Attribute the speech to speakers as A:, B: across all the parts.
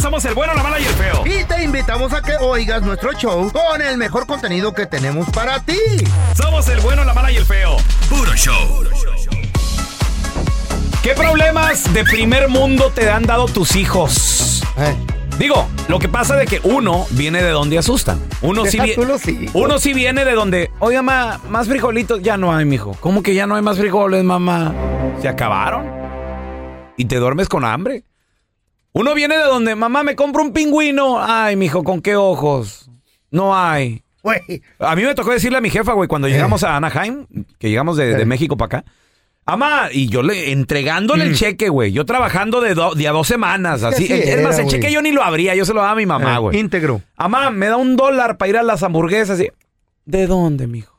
A: Somos el bueno, la mala y el feo.
B: Y te invitamos a que oigas nuestro show con el mejor contenido que tenemos para ti.
A: Somos el bueno, la mala y el feo.
C: Puro show.
A: ¿Qué problemas de primer mundo te han dado tus hijos?
B: Eh.
A: Digo, lo que pasa de que uno viene de donde asustan. Uno sí,
B: Deja
A: vie-
B: tú los hijos.
A: uno sí viene de donde, oiga, ma, más frijolitos ya no hay, mijo. ¿Cómo que ya no hay más frijoles, mamá? Se acabaron. Y te duermes con hambre. Uno viene de donde, mamá, me compro un pingüino. Ay, mijo, ¿con qué ojos? No hay.
B: Güey, Eh.
A: A mí me tocó decirle a mi jefa, güey, cuando llegamos a Anaheim, que llegamos de, de México para acá. Amá, y yo le entregándole
B: Mm.
A: el cheque, güey. Yo trabajando de, do- de a dos semanas, así.
B: así
A: es
B: era,
A: más, el
B: güey. Eh,
A: cheque yo ni lo abría, yo se lo daba a mi mamá, güey.
B: íntegro.
A: Amá, me da un dólar para ir a las hamburguesas. y- ¿De dónde, mijo?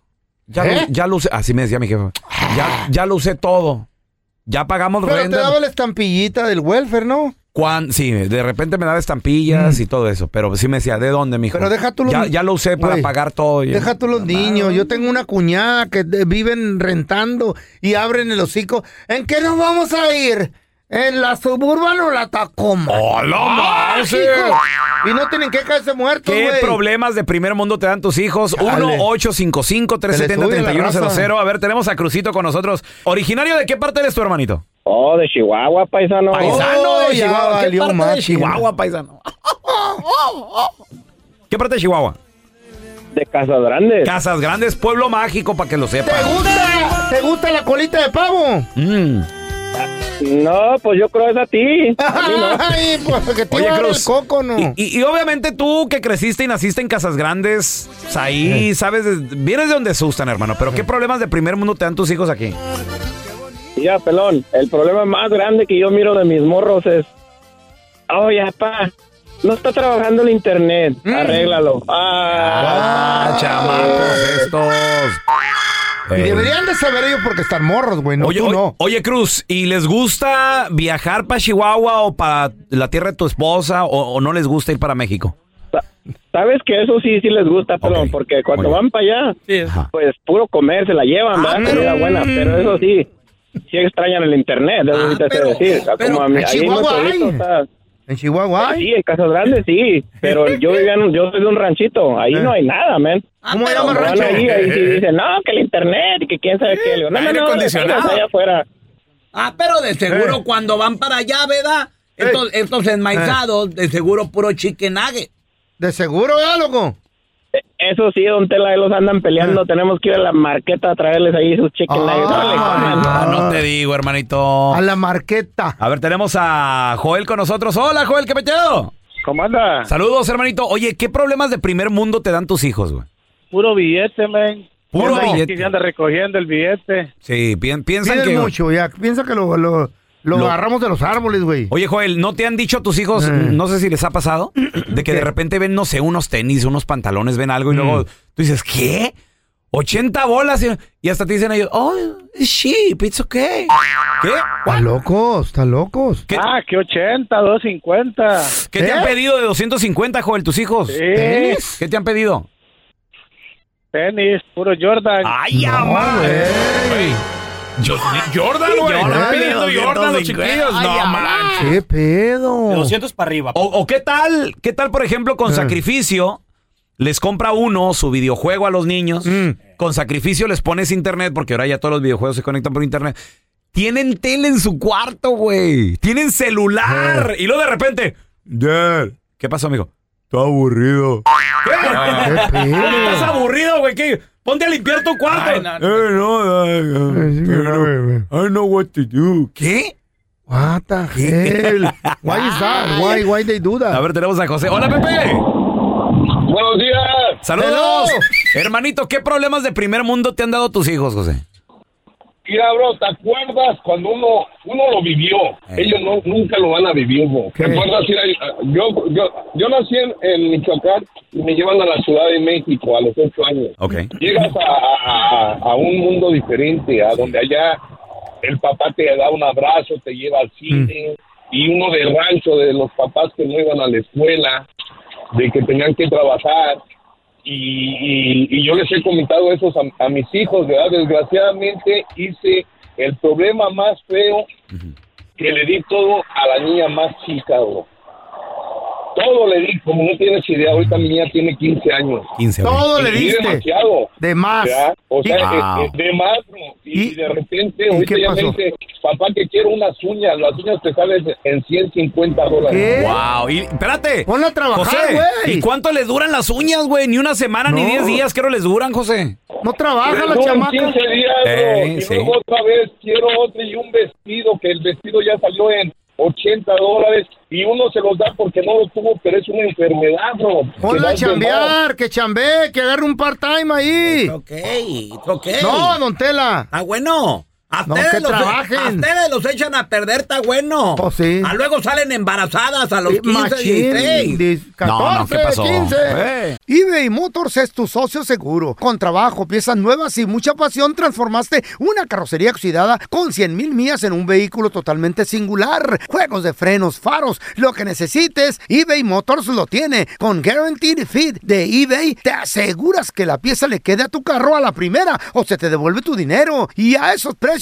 A: Ya,
B: ¿Eh?
A: lo, ya lo usé, así me decía mi jefa. Ya, ya lo usé todo. Ya pagamos
B: Pero te
A: renta.
B: daba la estampillita del welfare, ¿no?
A: Cuan- sí, de repente me daba estampillas y todo eso. Pero sí me decía, ¿de dónde, mijo?
B: Mm. Pero deja tú los-
A: ya, ya lo usé para
B: Güey,
A: pagar todo. ya.
B: Deja tú los niños. Yo tengo una cuñada que de- viven rentando y abren el hocico. ¿En qué nos vamos a ir? ¿En la suburban o la Tacoma?
A: ¡Hola,
B: ¡Ah,
A: Marce!
B: hijo! Y no tienen que caerse muertos,
A: ¿Qué
B: güey.
A: problemas de primer mundo te dan tus hijos?
B: Chale.
A: 1-855-370-3100. A ver, tenemos a Crucito con nosotros. ¿Originario de qué parte eres tu hermanito?
D: Oh, de Chihuahua, paisano.
A: Paisano
B: Oh,
A: de
B: ya
A: Chihuahua. ¿Qué
B: valió
A: parte de
B: machín.
A: Chihuahua, paisano? ¿Qué parte de Chihuahua?
D: De Casas Grandes.
A: Casas Grandes, pueblo mágico, para que lo
B: ¿Te
A: sepas.
B: gusta, ¿Te gusta la colita de pavo?
A: Mm.
D: No, pues yo creo es a ti.
B: Ay, pues que te
A: Oye,
B: iba a dar
A: Cruz.
B: el coco, ¿no?
A: Y, y- y obviamente tú que creciste y naciste en Casas Grandes, pues ahí, sabes, de- vienes de donde asustan, hermano. Pero ¿qué problemas de primer mundo te dan tus hijos aquí?
D: Ya, pelón, el problema más grande que yo miro de mis morros es... Oye, papá, no está trabajando el internet. Arréglalo.
A: Ah,
D: Ah,
A: chamacos estos.
B: Y
A: Ey.
B: deberían de saber ellos porque están morros, güey. No,
A: Eh. oye,
B: tú
A: oye,
B: no.
A: oye, Cruz, ¿y les gusta viajar para Chihuahua o para la tierra de tu esposa o, o no les gusta ir para México?
D: sa- Sabes que eso sí, sí les gusta, pelón,
A: Ok,
D: porque cuando
A: muy bien.
D: van para allá,
A: Ajá.
D: pues puro comer, se la llevan, ¿verdad? Comida buena, pero eso sí, sí extrañan el internet, eso sí te sé
B: pero-
D: decir.
B: pero
D: Como a mí,
B: en
D: ahí en
B: Chihuahua
D: Montolito
B: hay.
D: está-
B: En Chihuahua hay.
D: Sí, en Casas Grandes sí, pero yo vivía en un- yo soy de un ranchito, ahí no hay nada, men.
B: ¿Cómo se llama el
D: Cuando van
B: rancho?
D: ahí, ahí sí dicen, no, que el internet, y que quién sabe qué. Le digo, no, no,
E: Aire
D: no,
E: acondicionado.
D: déjalos allá afuera.
E: Ah, pero de seguro
B: Eh.
E: cuando van para allá, ¿verdad? Estos, estos enmaizados,
B: Eh.
E: de seguro puro chicken nugget.
B: De seguro, ¿verdad, loco?
D: Eh, Eso sí, don Tela, ahí los andan peleando, tenemos que ir a la marqueta a traerles ahí sus chicken
B: Ah.
D: nuggets. Órale, coman.
A: Ah, no te digo, hermanito.
B: A la marqueta.
A: A ver, tenemos a Joel con nosotros. Hola, Joel, ¿qué peteado?
D: ¿Cómo anda?
A: Saludos, hermanito. Oye, ¿qué problemas de primer mundo te dan tus hijos, güey?
D: Puro billete, men.
A: Puro Anda- billete. que anda
D: recogiendo el billete.
A: Sí, pi- piensan
B: Piden
A: que...
B: mucho, ya. Piensa que lo, lo, lo
A: Lo-
B: agarramos de los árboles, güey.
A: Oye, Joel, ¿no te han dicho a tus hijos, no sé si les ha pasado, de que de repente ven, no sé, unos tenis, unos pantalones, ven algo y luego tú dices, ¿qué? 80 bolas y, y hasta te dicen ellos, oh, it's cheap, it's okay. ¿Qué?
B: Están locos, están locos.
A: ¿Qué?
D: Ah, que 80, 250.
A: ¿Qué te han
B: ¿Eh?
A: pedido de 250, Joel, tus hijos?
D: Sí,
A: ¿Qué te han pedido?
D: tenis, puro Jordan.
A: ¡Ay, amá! Jordan, güey.
B: Jordan,
A: Están pidiendo
B: güey,
A: Jordan los chiquillos. No, man.
B: ¿Qué pedo? Ah.
E: para arriba.
A: O, o qué tal, qué tal, por ejemplo, con sacrificio, les compra uno su videojuego a los niños.
B: Mm.
A: Con sacrificio les pones internet, porque ahora ya todos los videojuegos se conectan por internet. Tienen tele en su cuarto, güey. Tienen
B: Ah.
A: celular. Y luego de repente. "Dad, ¿Qué pasó, amigo? Está aburrido.
B: ¿Qué
A: Estás
B: pedo?
A: aburrido, güey. ¿Qué? Ponte a limpiar tu cuarto.
E: Ay, no, no.
A: Eh, no, eh,
B: Ay, sí, güey, güey.
A: I don't know what to do. ¿Qué?
B: What the hell? Why is that? Why, why they do
A: A
B: that?
A: ver, tenemos a José. Hola, Pepe.
D: Buenos días.
A: Saludos. Hermanito, ¿qué problemas de primer mundo te han dado tus hijos, José?
D: Mira, bro, ¿te acuerdas cuando uno uno lo vivió?
A: Eh.
D: Ellos no, nunca lo van a vivir, bro.
B: ¿Qué?
D: ¿Te acuerdas? Mira, yo, yo, yo nací en, en Michoacán y me llevan a la Ciudad de México a los ocho años.
A: Ok.
D: Llegas a, a- a un mundo diferente, a donde allá el papá te da un abrazo, te lleva al cine, y uno del rancho, de los papás que no iban a la escuela, de que tenían que trabajar. Y, y- y yo les he comentado eso a, a mis hijos, ¿verdad? Desgraciadamente hice el problema más feo que le di todo a la niña más chica, bro. Todo le di, como no tienes idea, ahorita mi niña tiene 15 años.
A: 15, güey.
B: Todo le
D: Y di
B: diste.
D: demasiado.
B: De más. Ah.
D: ¿verdad? O sea,
A: Wow.
D: eh, eh, de más, bro. Y,
B: ¿Y-
D: de repente,
B: y
D: ahorita
B: qué
D: ya me
B: pasó?
D: dice, papá, que quiero unas uñas. Las uñas te salen en 150 dólares.
B: ¿Qué?
A: Wow. Y, espérate.
B: Ponla a trabajar,
A: José, ¿y
B: güey.
A: cuánto les duran las uñas, güey? Ni una semana, ni
B: No.
A: 10 días, creo les duran, José.
B: No trabaja la
D: Son
B: chamaca.
D: 15 días,
A: Eh,
D: bro. y
A: sí.
D: luego otra vez quiero otro y un vestido, que el vestido ya salió en 80 dólares. Y uno se los da porque no lo tuvo, pero es una enfermedad, bro.
B: Ponla a
D: Te vas de más.
B: chambear, que chambee, que agarre un part-time ahí.
E: Ok, ok.
B: No, don Tela.
E: Está bueno. A
B: No,
E: ustedes
B: que
E: los,
B: trabajen.
E: a ustedes los echan a perder, está bueno.
B: Pues sí.
E: A luego salen embarazadas a los 15,
B: Eh, Machín,
E: 16.
B: de 14,
A: No, no, ¿qué pasó?
B: 15.
A: Eh.
B: eBay Motors es tu socio seguro. Con trabajo, piezas nuevas y mucha pasión, transformaste una carrocería oxidada con 100 mil millas en un vehículo totalmente singular. Juegos de frenos, faros, lo que necesites, eBay Motors lo tiene. Con Guaranteed Fit de eBay, te aseguras que la pieza le quede a tu carro a la primera o se te devuelve tu dinero. Y a esos precios,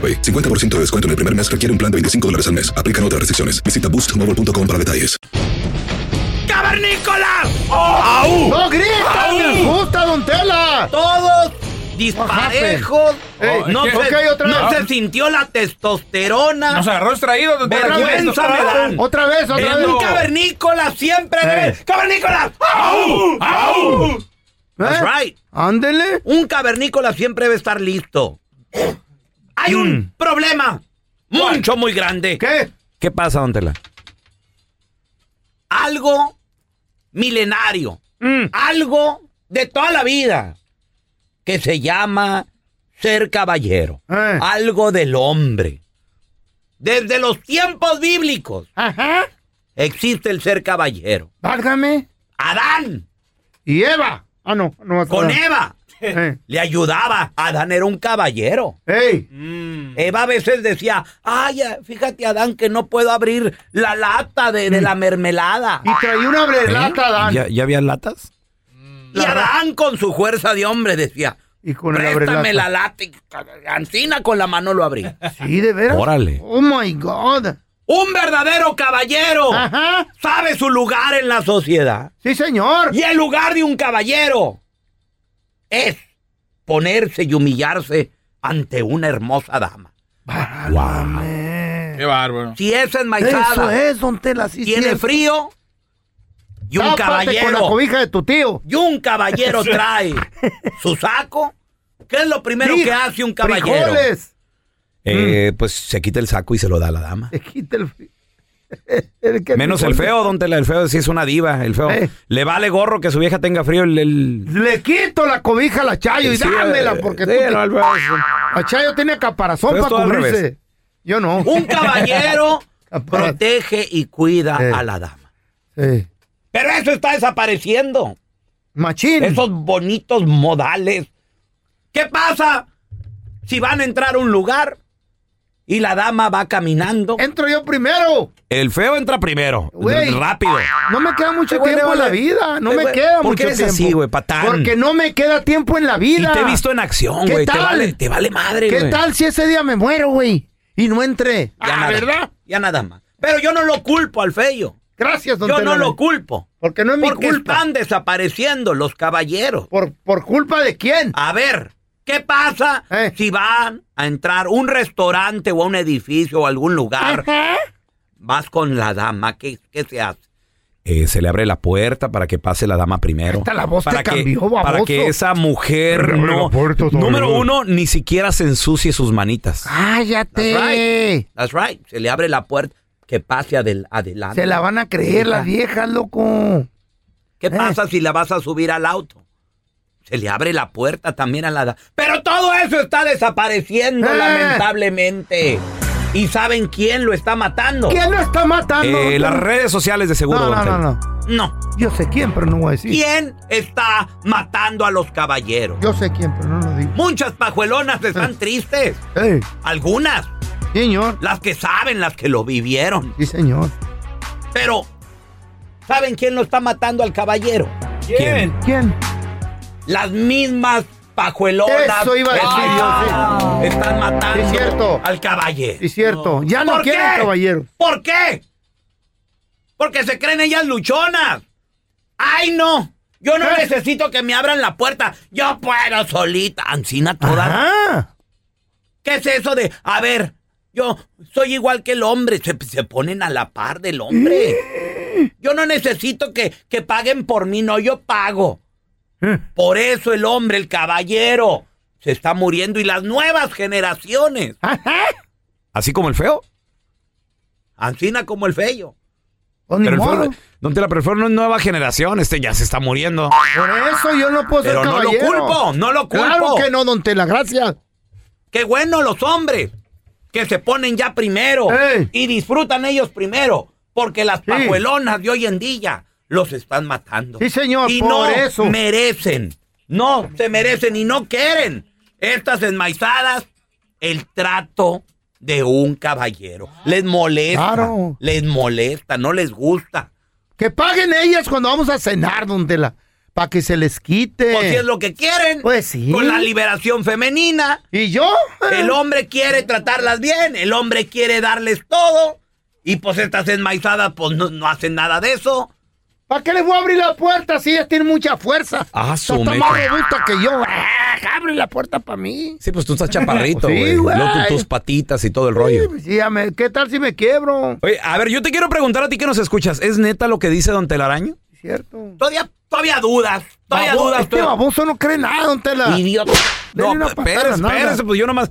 F: 50% de descuento en el primer mes requiere un plan de 25 dólares al mes. Aplican otras restricciones. Visita boostmobile.com para detalles.
A: ¡Cavernícola! ¡Au!
B: ¡No grita!
A: ¡Au!
B: ¡Me gusta, don Tela!
E: Todos disparejos.
B: Ey,
E: no
B: ¿qué?
E: Oh, se,
B: Ok, otra
E: no
B: vez.
E: se sintió la testosterona.
A: Nos agarró extraído. don Tela.
E: vergüenza me dan.
B: Otra vez, otra
E: En
B: vez.
E: un cavernícola siempre debe. ¡Cavernícola! ¡Au! ¡Au! That's
B: ¿Eh?
E: right.
B: Ándele.
E: Un cavernícola siempre debe estar listo. Hay un problema mucho, muy grande.
B: Mm. ¿Qué?
A: ¿Qué pasa, don Tela?
E: Algo milenario.
B: Mm.
E: Algo de toda la vida. Que se llama ser caballero.
B: Eh.
E: Algo del hombre. Desde los tiempos bíblicos
B: Ajá.
E: existe el ser caballero.
B: Válgame.
E: Adán
B: Y Eva. Ah, no. no
E: con Eva.
B: Eh.
A: le ayudaba. Adán era un caballero. Eva a veces Eh, decía, ay, ah, fíjate Adán que no puedo abrir la lata de, de la mermelada.
B: Y traía una abrelata, Adán.
C: ¿Eh? ¿Ya, ya había latas?
A: Y Adán con su fuerza de hombre decía,
B: Y con el
A: préstame la
B: abrelata.
A: lata. y Ancina con la mano lo abrí.
B: Sí, de veras.
C: Órale.
B: Oh my God.
A: un verdadero caballero
B: Ajá.
A: sabe su lugar en la sociedad.
B: Sí, señor.
A: Y el lugar de un caballero es ponerse y humillarse ante una hermosa dama.
G: Qué bárbaro.
A: Si es
B: Eso
A: enmaizada,
B: es, don Tela. Sí,
A: tiene
B: cierto.
A: frío y un
B: Tápate con la
A: caballero
B: cobija de tu tío.
A: y un caballero trae su saco. ¿Qué es lo primero
B: Sí,
A: que hace un caballero?
B: Frijoles. Mm.
C: Eh, Pues se quita el saco y se lo da a la dama.
B: Te quita el frío. El que-
C: Menos el feo, don Tela. El feo sí es una diva. El feo.
B: Eh.
C: Le vale gorro que su vieja tenga frío. El, el-
B: Le quito la cobija a la Chayo y
C: Sí,
B: dámela
C: eh,
B: porque
C: sí,
B: tú te-
C: no, el feo es-
B: la Chayo tiene caparazón
C: Pero es
B: para
C: todo al
B: cubrirse.
C: revés.
B: Yo no.
A: Un caballero protege y cuida
B: Eh.
A: a la dama.
B: Sí.
A: Pero eso está desapareciendo.
B: Machín.
A: Esos bonitos modales. ¿Qué pasa si van a entrar a un lugar y la dama va caminando?
B: Entro yo primero.
C: el feo entra primero.
B: Güey.
C: Rápido.
B: No me queda mucho
C: Eh, güey,
B: tiempo en
C: vale.
B: la vida. No
C: Eh,
B: me
C: güey,
B: queda
C: ¿por
B: mucho
C: qué
B: tiempo.
C: eres así, güey, patán?
B: Porque no me queda tiempo en la
C: Y
B: vida.
C: te he visto en acción,
B: ¿Qué
C: güey. Te
B: tal?
C: vale, te vale madre,
B: ¿Qué
C: güey.
B: tal si ese día me muero, güey? Y no entré.
A: Ya nada, Ya nada más. Pero yo no lo culpo al feyo.
B: Gracias, don
A: Yo no
B: Telaraño.
A: lo culpo.
B: Porque no es mi
A: Porque
B: culpa.
A: están desapareciendo los caballeros.
B: Por, ¿Por culpa de quién?
A: A ver, ¿qué pasa
B: Eh.
A: si van a entrar a un restaurante o a un edificio o a algún lugar? Vas con la dama, ¿qué, qué se hace?
C: Eh, se le abre la puerta para que pase la dama primero.
B: Hasta la voz te
C: para que,
B: cambió, baboso.
C: para que esa mujer
B: abre
C: no.
B: la puerta, don
C: número
B: Ramón.
C: uno, ni siquiera se ensucie sus manitas.
A: That's
B: ¡Cállate!
A: That's right. Se le abre la puerta que pase adel- adelante.
B: Se la van a creer las Eh. viejas, loco.
A: ¿Qué pasa si la vas a subir al auto? Se le abre la puerta también a la... da- Pero todo eso está desapareciendo,
B: Eh.
A: lamentablemente. ¿Y saben quién lo está matando?
B: ¿Quién lo está matando?
C: Eh,
B: don
C: las
B: Tela?
C: redes sociales de seguro.
B: No,
C: don
B: no, no,
C: Tela.
B: no.
A: No.
B: Yo sé quién, pero no voy a decir.
A: ¿Quién está matando a los caballeros?
B: Yo sé quién, pero no lo digo. Eh.
A: Muchas pajuelonas están tristes.
B: ¡Ey!
A: Algunas.
B: Señor.
A: Las que saben, las que lo vivieron.
B: Sí, señor.
A: Pero, ¿saben quién lo está matando al caballero?
C: ¿Quién?
B: ¿Quién?
A: las mismas pajuelonas
B: Eso iba a decir
A: están-
B: yo, sí.
A: están matando
B: Sí, cierto.
A: al caballero.
B: Sí, cierto. Ya no
A: ¿Por qué?
B: quieren caballero.
A: ¿Por qué? Porque se creen ellas luchonas. ¡Ay, no! Yo no
B: ¿Qué?
A: necesito que me abran la puerta. Yo puedo solita. Ancina toda.
B: Ah,
A: ¿Qué es eso de, a ver, yo soy igual que el hombre? Se, se ponen a la par del hombre.
B: Mm.
A: Yo no necesito que, que paguen por mí, no, yo pago.
B: Mm.
A: Por eso el hombre, el caballero, se está muriendo y las nuevas generaciones,
C: Así como el feo.
A: ansina como el feyo.
B: pues ni
C: Pero el feo,
B: modo.
C: don Tela, pero el feo no es nueva generación. Este ya se está muriendo.
B: Por eso yo no puedo
A: Pero
B: ser
A: no lo
B: caballero.
A: culpo, no lo culpo.
B: Claro que no, don Tela, gracias.
A: Qué bueno los hombres que se ponen ya primero
B: Ey.
A: y disfrutan ellos primero, porque las pajuelonas de hoy en día los están matando.
B: Sí, señor,
A: y
B: por
A: no
B: eso.
A: merecen, no se merecen y no quieren estas enmaizadas el trato de un caballero. Les molesta,
B: Claro.
A: les molesta, no les gusta.
B: Que paguen ellas cuando vamos a cenar, don Tela. Para que se les quite.
A: Pues si es lo que quieren,
B: Pues sí.
A: con la liberación femenina,
B: ¿Y yo?
A: El hombre quiere tratarlas bien, el hombre quiere darles todo. Y pues estas enmaizadas pues no, no hacen nada de eso.
B: ¿Para qué les voy a abrir la puerta si ellas tienen mucha fuerza?
C: Ah, su
B: Está
C: mecha.
B: más robusta que yo. Ah, abre la puerta para mí.
C: Sí, pues tú estás chaparrito,
B: Sí,
C: güey.
B: güey.
C: Luego tú- tus patitas y todo el
B: Sí,
C: rollo.
B: pues, sí, ya me- ¿Qué tal si me quiebro?
C: Oye, a ver, yo te quiero preguntar a ti que nos escuchas. ¿Es neta lo que dice don Telaraño?
B: ¿Cierto?
A: Todavía, todavía dudas, todavía
B: Babo-
A: dudas.
B: este
A: todavía-
B: baboso no cree nada, don Tela.
A: Idiota.
B: Denle
C: No,
B: una
C: pues,
B: patada
C: espérese,
B: en la nalga.
C: espérese, pues yo nomás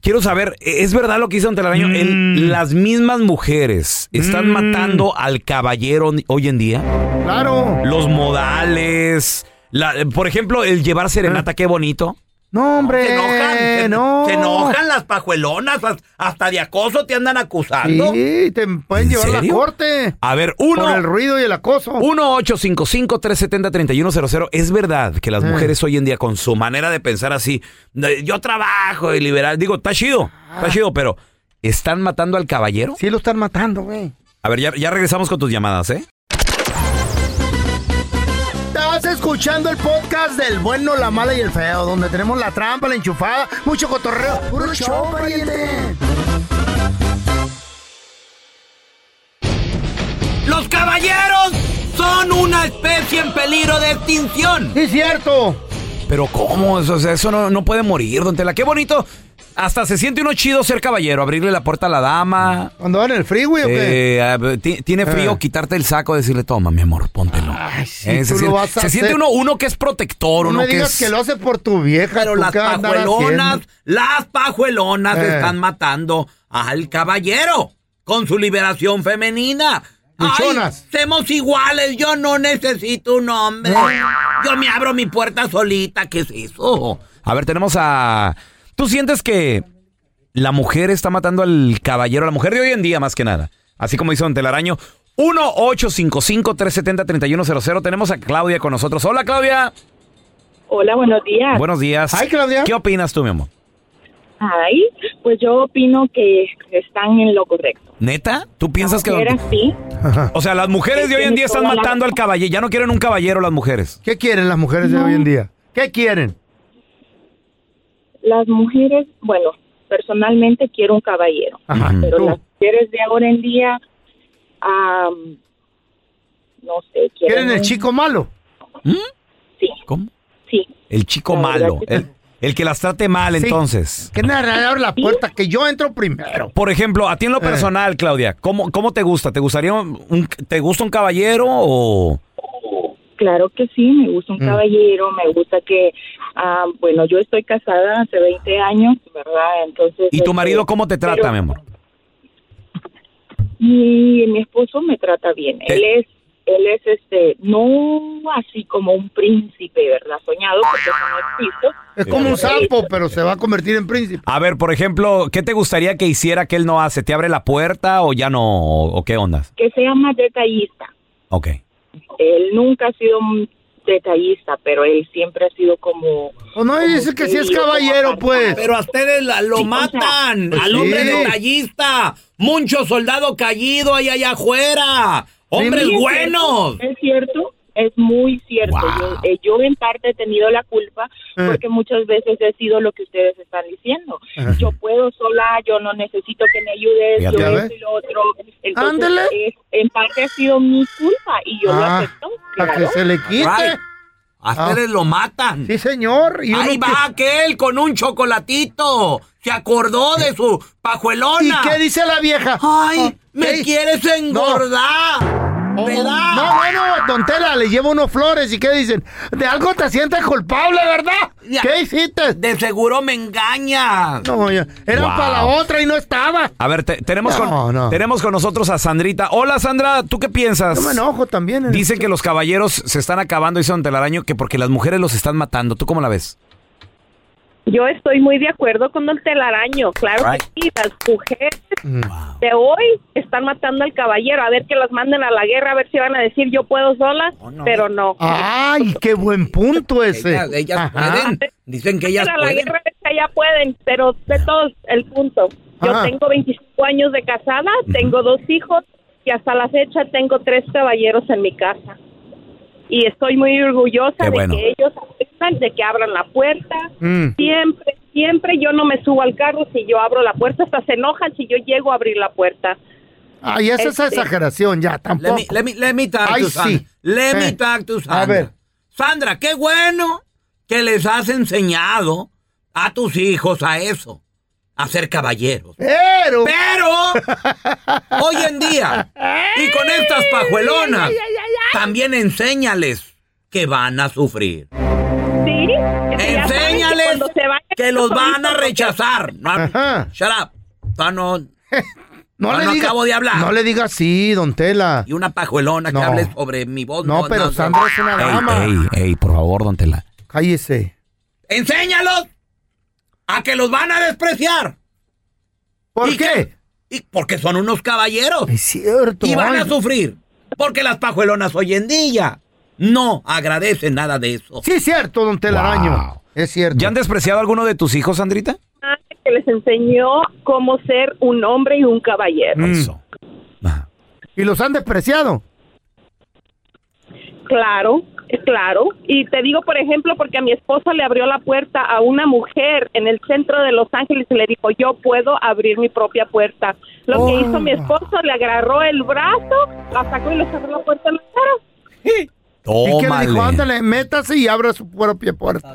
C: quiero saber, e, ¿es verdad lo que hizo Don Telaraño?
B: Mm.
C: El- las mismas mujeres están matando al caballero hoy en día.
B: Claro. Ah.
C: Los modales, la- por ejemplo, el llevar serenata, qué bonito.
B: No, hombre.
E: Se enojan, se,
B: no.
E: se enojan las pajuelonas, has- hasta de acoso te andan acusando.
B: Sí, te pueden
A: ¿En
B: llevar a la
A: serio?
B: corte.
A: A ver,
B: Por el
A: uno.
B: ruido y el acoso.
A: 1-855-370-3100. Es verdad que las
B: Eh.
A: mujeres hoy en día, con su manera de pensar así, de, yo trabajo y liberal, digo, está chido, está chido, pero ¿están matando al caballero?
B: Ah. Sí lo están matando, güey.
A: A ver, ya, ya regresamos con tus llamadas, ¿eh?
B: Estás escuchando el podcast del bueno, la mala y el feo, donde tenemos la trampa, la enchufada, mucho cotorreo. ¡Puro show, pariente!
E: ¡Los caballeros son una especie en peligro de extinción!
B: Sí, cierto.
A: Pero ¿cómo? Eso, o sea, eso no, no puede morir, don Tela. Qué bonito. Hasta se siente uno chido ser caballero, abrirle la puerta a la dama.
B: ¿Cuando van en el freeway o qué?
A: eh, a ver, ti- tiene frío,
B: Eh.
A: quitarte el saco, decirle, toma, mi amor, póntelo.
B: Ay, sí,
A: Eh, se
B: tú
A: siente,
B: lo vas a
A: se siente
B: hacer.
A: uno, uno que es protector,
B: No
A: uno
B: me
A: que
B: digas
A: es...
B: que lo hace por tu vieja.
E: Pero
B: ¿tú
E: las
B: qué vas a andar
E: pajuelonas,
B: haciendo?
E: las pajuelonas
B: Eh.
E: están matando al caballero con su liberación femenina. Ay,
B: Luchonas.
E: somos iguales, yo no necesito un hombre. Yo me abro mi puerta solita, ¿qué es eso?
A: A ver, tenemos a... ¿Tú sientes que la mujer está matando al caballero? La mujer de hoy en día, más que nada. Así como dice don Telaraño. 1-855-370-3100. Tenemos a Claudia con nosotros. Hola, Claudia.
H: Hola, buenos días.
A: Buenos días.
B: Ay, Claudia.
A: ¿Qué opinas tú, mi amor?
H: Ay, pues yo opino que están en lo correcto.
A: ¿Neta? ¿Tú piensas que...
H: Era así.
A: O sea, las mujeres de hoy en día están matando al caballero. Ya no quieren un caballero las mujeres.
B: ¿Qué quieren las mujeres de hoy en día? ¿Qué quieren?
H: Las mujeres, bueno, personalmente quiero un caballero,
A: Ah.
B: Ajá,
H: pero
B: tú.
H: las mujeres de ahora en día, am, no sé, quieren,
B: ¿Quieren el
H: un-
B: chico malo?
H: Sí,
A: ¿Cómo?
H: sí.
A: El chico
H: La verdad
A: malo.
H: que sí.
A: El, el que las trate mal,
B: Sí.
A: entonces.
B: Que nadie abre la puerta, que yo entro primero.
A: Por ejemplo, a ti en
B: Eh.
A: lo personal, Claudia, ¿cómo, cómo te gusta? ¿Te gustaría un, un- te gusta un caballero o
H: Claro que sí, me gusta
A: Mm.
H: un caballero, me gusta que, am, bueno, yo estoy casada hace 20 años, ¿verdad? Entonces...
A: y tu
H: este,
A: marido cómo te trata,
H: pero-
A: mi amor?
H: Y mi esposo me trata bien.
A: Te-
H: Él es, él es este, no así como un príncipe, ¿verdad? Soñado, porque eso no existe.
B: Es como un sapo, pero se va a convertir en príncipe.
A: A ver, por ejemplo, ¿qué te gustaría que hiciera que él no hace? ¿Te abre la puerta o ya no o, o qué ondas?
H: Que sea más detallista.
A: Ok.
H: Él nunca ha sido un detallista, pero él siempre ha sido como...
B: O Pues no, y dice que si es caballero, pues.
E: Pero a ustedes la- lo
H: Sí, o sea,
E: matan,
B: pues
E: al
B: sí.
E: hombre detallista, mucho soldado caído ahí allá afuera, hombres
H: Sí, es
E: buenos.
H: cierto, Es cierto, es muy cierto. Yo, eh, yo en parte he tenido la culpa
B: Eh.
H: porque muchas veces he sido lo que ustedes están diciendo. Yo puedo sola, yo no necesito que me ayudes,
A: Fíjate.
B: Ya
H: yo
B: ves.
H: esto y lo otro. Entonces,
B: Ándele.
H: es- en parte ha sido mi culpa y yo
B: Ah,
H: lo acepto.
B: Para
H: claro.
B: que se le
E: Right.
B: quite. Ah.
E: A ustedes lo matan.
B: Sí, señor. Y
E: Ahí
B: uno
E: va aquel con un chocolatito. Se acordó de su
B: que- ¿Y
E: pajuelona.
B: qué dice la vieja?
E: Ay,
B: Ah,
E: me
B: ¿qué?
E: quieres engordar.
B: Oh,
E: ¿Verdad?
B: No, bueno, don Tela, le llevo unos flores y ¿qué dicen? De algo te sientes culpable, ¿verdad?
E: Ya.
B: ¿Qué hiciste?
E: De seguro me engañas.
B: No, ya. Era
A: Wow.
B: para la otra y no estaba.
A: A ver, te- tenemos
B: No,
A: con
B: no.
A: tenemos con nosotros a Sandrita. Hola, Sandra, ¿tú qué piensas?
B: Yo me enojo también. eh.
A: Dicen que los caballeros se están acabando, dice Don Telaraño, que porque las mujeres los están matando. ¿Tú cómo la ves?
H: Yo estoy muy de acuerdo con Don Telaraño. Claro
A: Right.
H: que sí, las mujeres
B: Mm.
H: de hoy están matando al caballero. A ver que las manden a la guerra, a ver si van a decir yo puedo sola, pero no.
E: Ah,
B: Ay, qué buen punto ese.
E: Ellas, ellas
B: Ajá.
E: pueden. Dicen que ellas
H: Pero la
E: pueden.
H: guerra es que allá pueden, pero de todos, el punto. Yo
B: Ajá.
H: tengo 25 años de casada, tengo dos hijos y hasta la fecha tengo tres caballeros en mi casa. Y estoy muy orgullosa
A: Qué
H: de
A: bueno.
H: que ellos aceptan, de que abran la puerta.
B: Mm.
H: Siempre, siempre yo no me subo al carro si yo abro la puerta, hasta se enojan si yo llego a abrir la puerta.
B: Ay, esa es
H: Este-
B: exageración, ya,
E: Let
B: tampoco.
E: me, let me- let me talk
B: Ay,
E: to Sandra.
B: sí.
E: Let me
B: Eh.
E: talk to Sandra.
B: A ver.
E: Sandra, qué bueno que les has enseñado a tus hijos a eso, a ser caballeros.
B: Pero,
E: Pero hoy en día, y con estas pajuelonas, también enséñales que van a sufrir.
H: Sí, que ya saben
E: Enséñales
H: cuando se vayan,
E: que los van a
H: solitos,
E: rechazar. No,
B: Ajá.
E: Shut up. No, no.
B: no,
E: no,
B: le
E: no
B: diga,
E: acabo de hablar.
B: No le diga así, don Tela.
E: Y una pajuelona
B: No.
E: que hable sobre mi voz.
B: No, pero Sandra es una
A: Ey,
B: dama.
A: ey, ey, por favor, Don Tela.
B: Cállese.
E: ¡Enséñalos
A: a que los van a despreciar.
B: ¿Por
A: qué? y porque son unos caballeros.
B: Es cierto.
A: Y van a
B: ay.
A: sufrir. Porque las pajuelonas hoy en día no agradecen nada de eso.
B: Sí, es cierto, don Telaraño.
C: Wow.
B: Es cierto.
C: ¿Ya han despreciado a alguno de tus hijos, Sandrita?
I: Que les enseñó cómo ser un hombre y un caballero.
B: Mm.
C: Eso. Ajá.
B: Y los han despreciado.
I: Claro, claro. Y te digo, por ejemplo, porque a mi esposo le abrió la puerta a una mujer en el centro de Los Ángeles y le dijo, yo puedo abrir mi propia puerta. Lo que
B: Oh.
I: hizo mi esposo, le agarró el brazo, la sacó y le cerró la puerta en la cara.
B: y que le dijo,
C: Tómale.
B: ándale, métase y abra su propia puerta.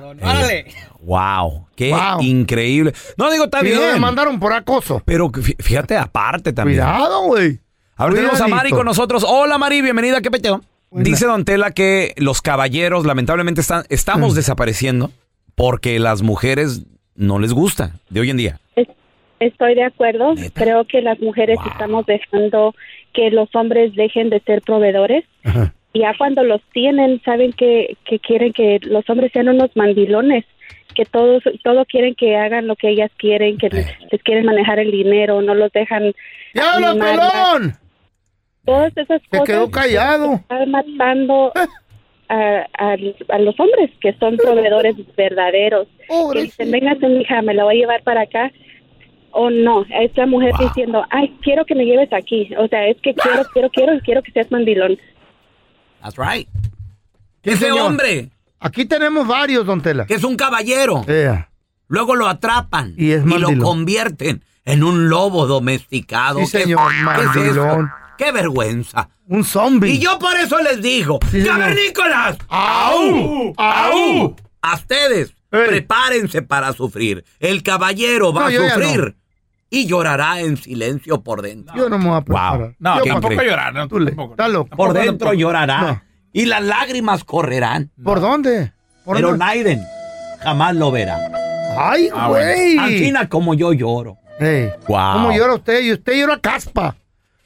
C: Wow, qué
B: Wow.
C: increíble. No digo está
B: Y lo
C: bien,
B: demandaron por acoso.
C: pero fí- fíjate aparte también.
B: Cuidado, güey.
C: Ahora tenemos a
B: Cuidadito.
C: Mari con nosotros. Hola Mari, bienvenida, ¿qué peteo? Dice Don Tela que los caballeros lamentablemente están,
B: Mm.
C: estamos desapareciendo porque las mujeres no les gusta de hoy en día.
I: Estoy de acuerdo. Creo que las mujeres
C: Wow.
I: estamos dejando que los hombres dejen de ser proveedores.
B: Ajá.
I: Y ya cuando los tienen, saben que, que quieren que los hombres sean unos mandilones, que todos todo quieren que hagan lo que ellas quieren, que les, les quieren manejar el dinero, no los dejan.
B: ¡Diablo,
I: animar,
B: pelón!
I: Todas esas
B: Se
I: cosas
B: quedó callado.
I: están matando a, a- a los hombres que son proveedores verdaderos. Que
B: Pobre.
I: dicen, véngase, mija, me la voy a llevar para acá. O no, es la mujer diciendo, ay, quiero que me lleves aquí. O sea, es que quiero, quiero, quiero, quiero que seas mandilón.
A: That's right.
B: Sí,
A: Ese
B: señor.
A: hombre,
B: Aquí tenemos varios, don Tela.
A: que es un caballero,
B: Eh,
A: luego lo atrapan
B: Y es
A: lo
B: mandilón.
A: convierten en un lobo domesticado.
B: Sí,
A: ¿Qué-
B: señor,
A: ¿qué es
B: mandilón.
A: eso? ¡Qué vergüenza!
B: un zombie.
A: Y yo por eso les digo,
B: Sí, señor.
A: ¡Cavernícolas!
B: ¡Au! ¡Au!
A: A ustedes,
B: Ey.
A: prepárense para sufrir. El caballero va
B: No,
A: a
B: yo ya no.
A: sufrir y llorará en silencio por dentro.
B: Yo no me voy a preparar.
C: No,
B: Yo
C: tampoco
B: pa-
C: llorar, no,
B: Tú le-
C: tampoco.
B: Está loco.
A: por dentro
B: No.
A: llorará
B: No.
A: y las lágrimas correrán.
B: ¿Por dónde? ¿Por
A: Pero
B: dónde?
A: Naiden jamás lo verá.
B: ¡Ay,
C: Ah,
B: güey!
A: Antina como yo lloro.
B: Ey,
A: Guau.
B: Eh, ¿Cómo llora usted? Y usted llora caspa.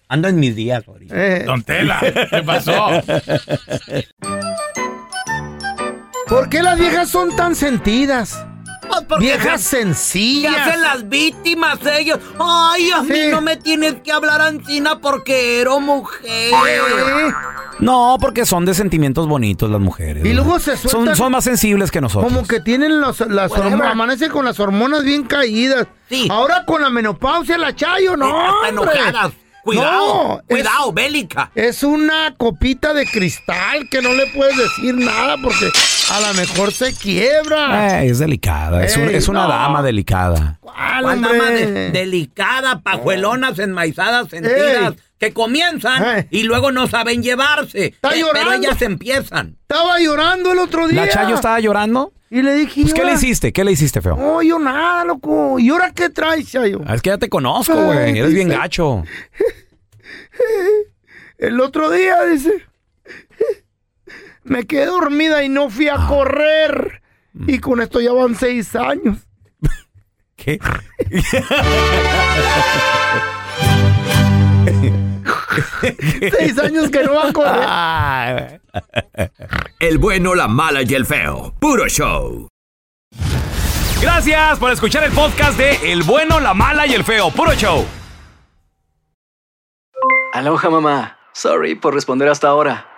A: Ando en mis días ahorita.
B: Eh,
C: Tela, ¿qué pasó?
B: ¿Por qué las viejas son tan sentidas?
A: Pues porque
B: Viejas
A: se- se hacen
B: sencillas.
A: las víctimas ellos. Ay, a mí
B: Sí.
A: no me tienes que hablar, Antina, porque ero mujer.
B: Eh,
C: No, porque son de sentimientos bonitos las mujeres.
B: Y
C: ¿no?
B: luego se
C: son,
B: sueltan-
C: son más sensibles que nosotros.
B: Como que tienen los- las hormonas, amanecen con las hormonas bien caídas.
A: Sí.
B: Ahora con la menopausia, la chayo, no.
A: Hasta
B: hombre.
A: enojadas.
B: No,
A: Cuidado,
B: es-
A: cuidado, bélica.
B: Es una copita de cristal que no le puedes decir nada porque a lo mejor se quiebra.
C: Eh, es delicada, es, un-
B: Ey,
C: es una
B: no.
C: dama delicada.
B: ¿Cuál,
A: ¿Cuál
B: hombre?
A: dama de- delicada, pajuelonas, enmaizadas, sentidas,
B: Ey.
A: que comienzan
B: Ey.
A: y luego no saben llevarse.
B: Está
A: Pe-
B: llorando.
A: Pero ellas empiezan.
B: Estaba llorando el otro día.
C: ¿La Chayo estaba llorando?
B: Y le dije,
C: Pues, ¿qué le
B: "Llora".
C: hiciste? ¿Qué le hiciste, feo?
B: No, yo nada, loco. ¿Y ahora qué traes, Chayo?
C: Ah, Es que ya te conozco,
B: Ay,
C: güey. Eres bien
B: dice-
C: gacho.
B: El otro día, dice, me quedé dormida y no fui a correr. Y con esto ya van seis años.
C: ¿Qué?
B: Seis años que no va a correr.
A: Ah, El bueno, la mala y el feo. Puro show.
J: Gracias por escuchar el podcast de El bueno, la mala y el feo. Puro show.
K: Aloha mamá. Sorry por responder hasta ahora.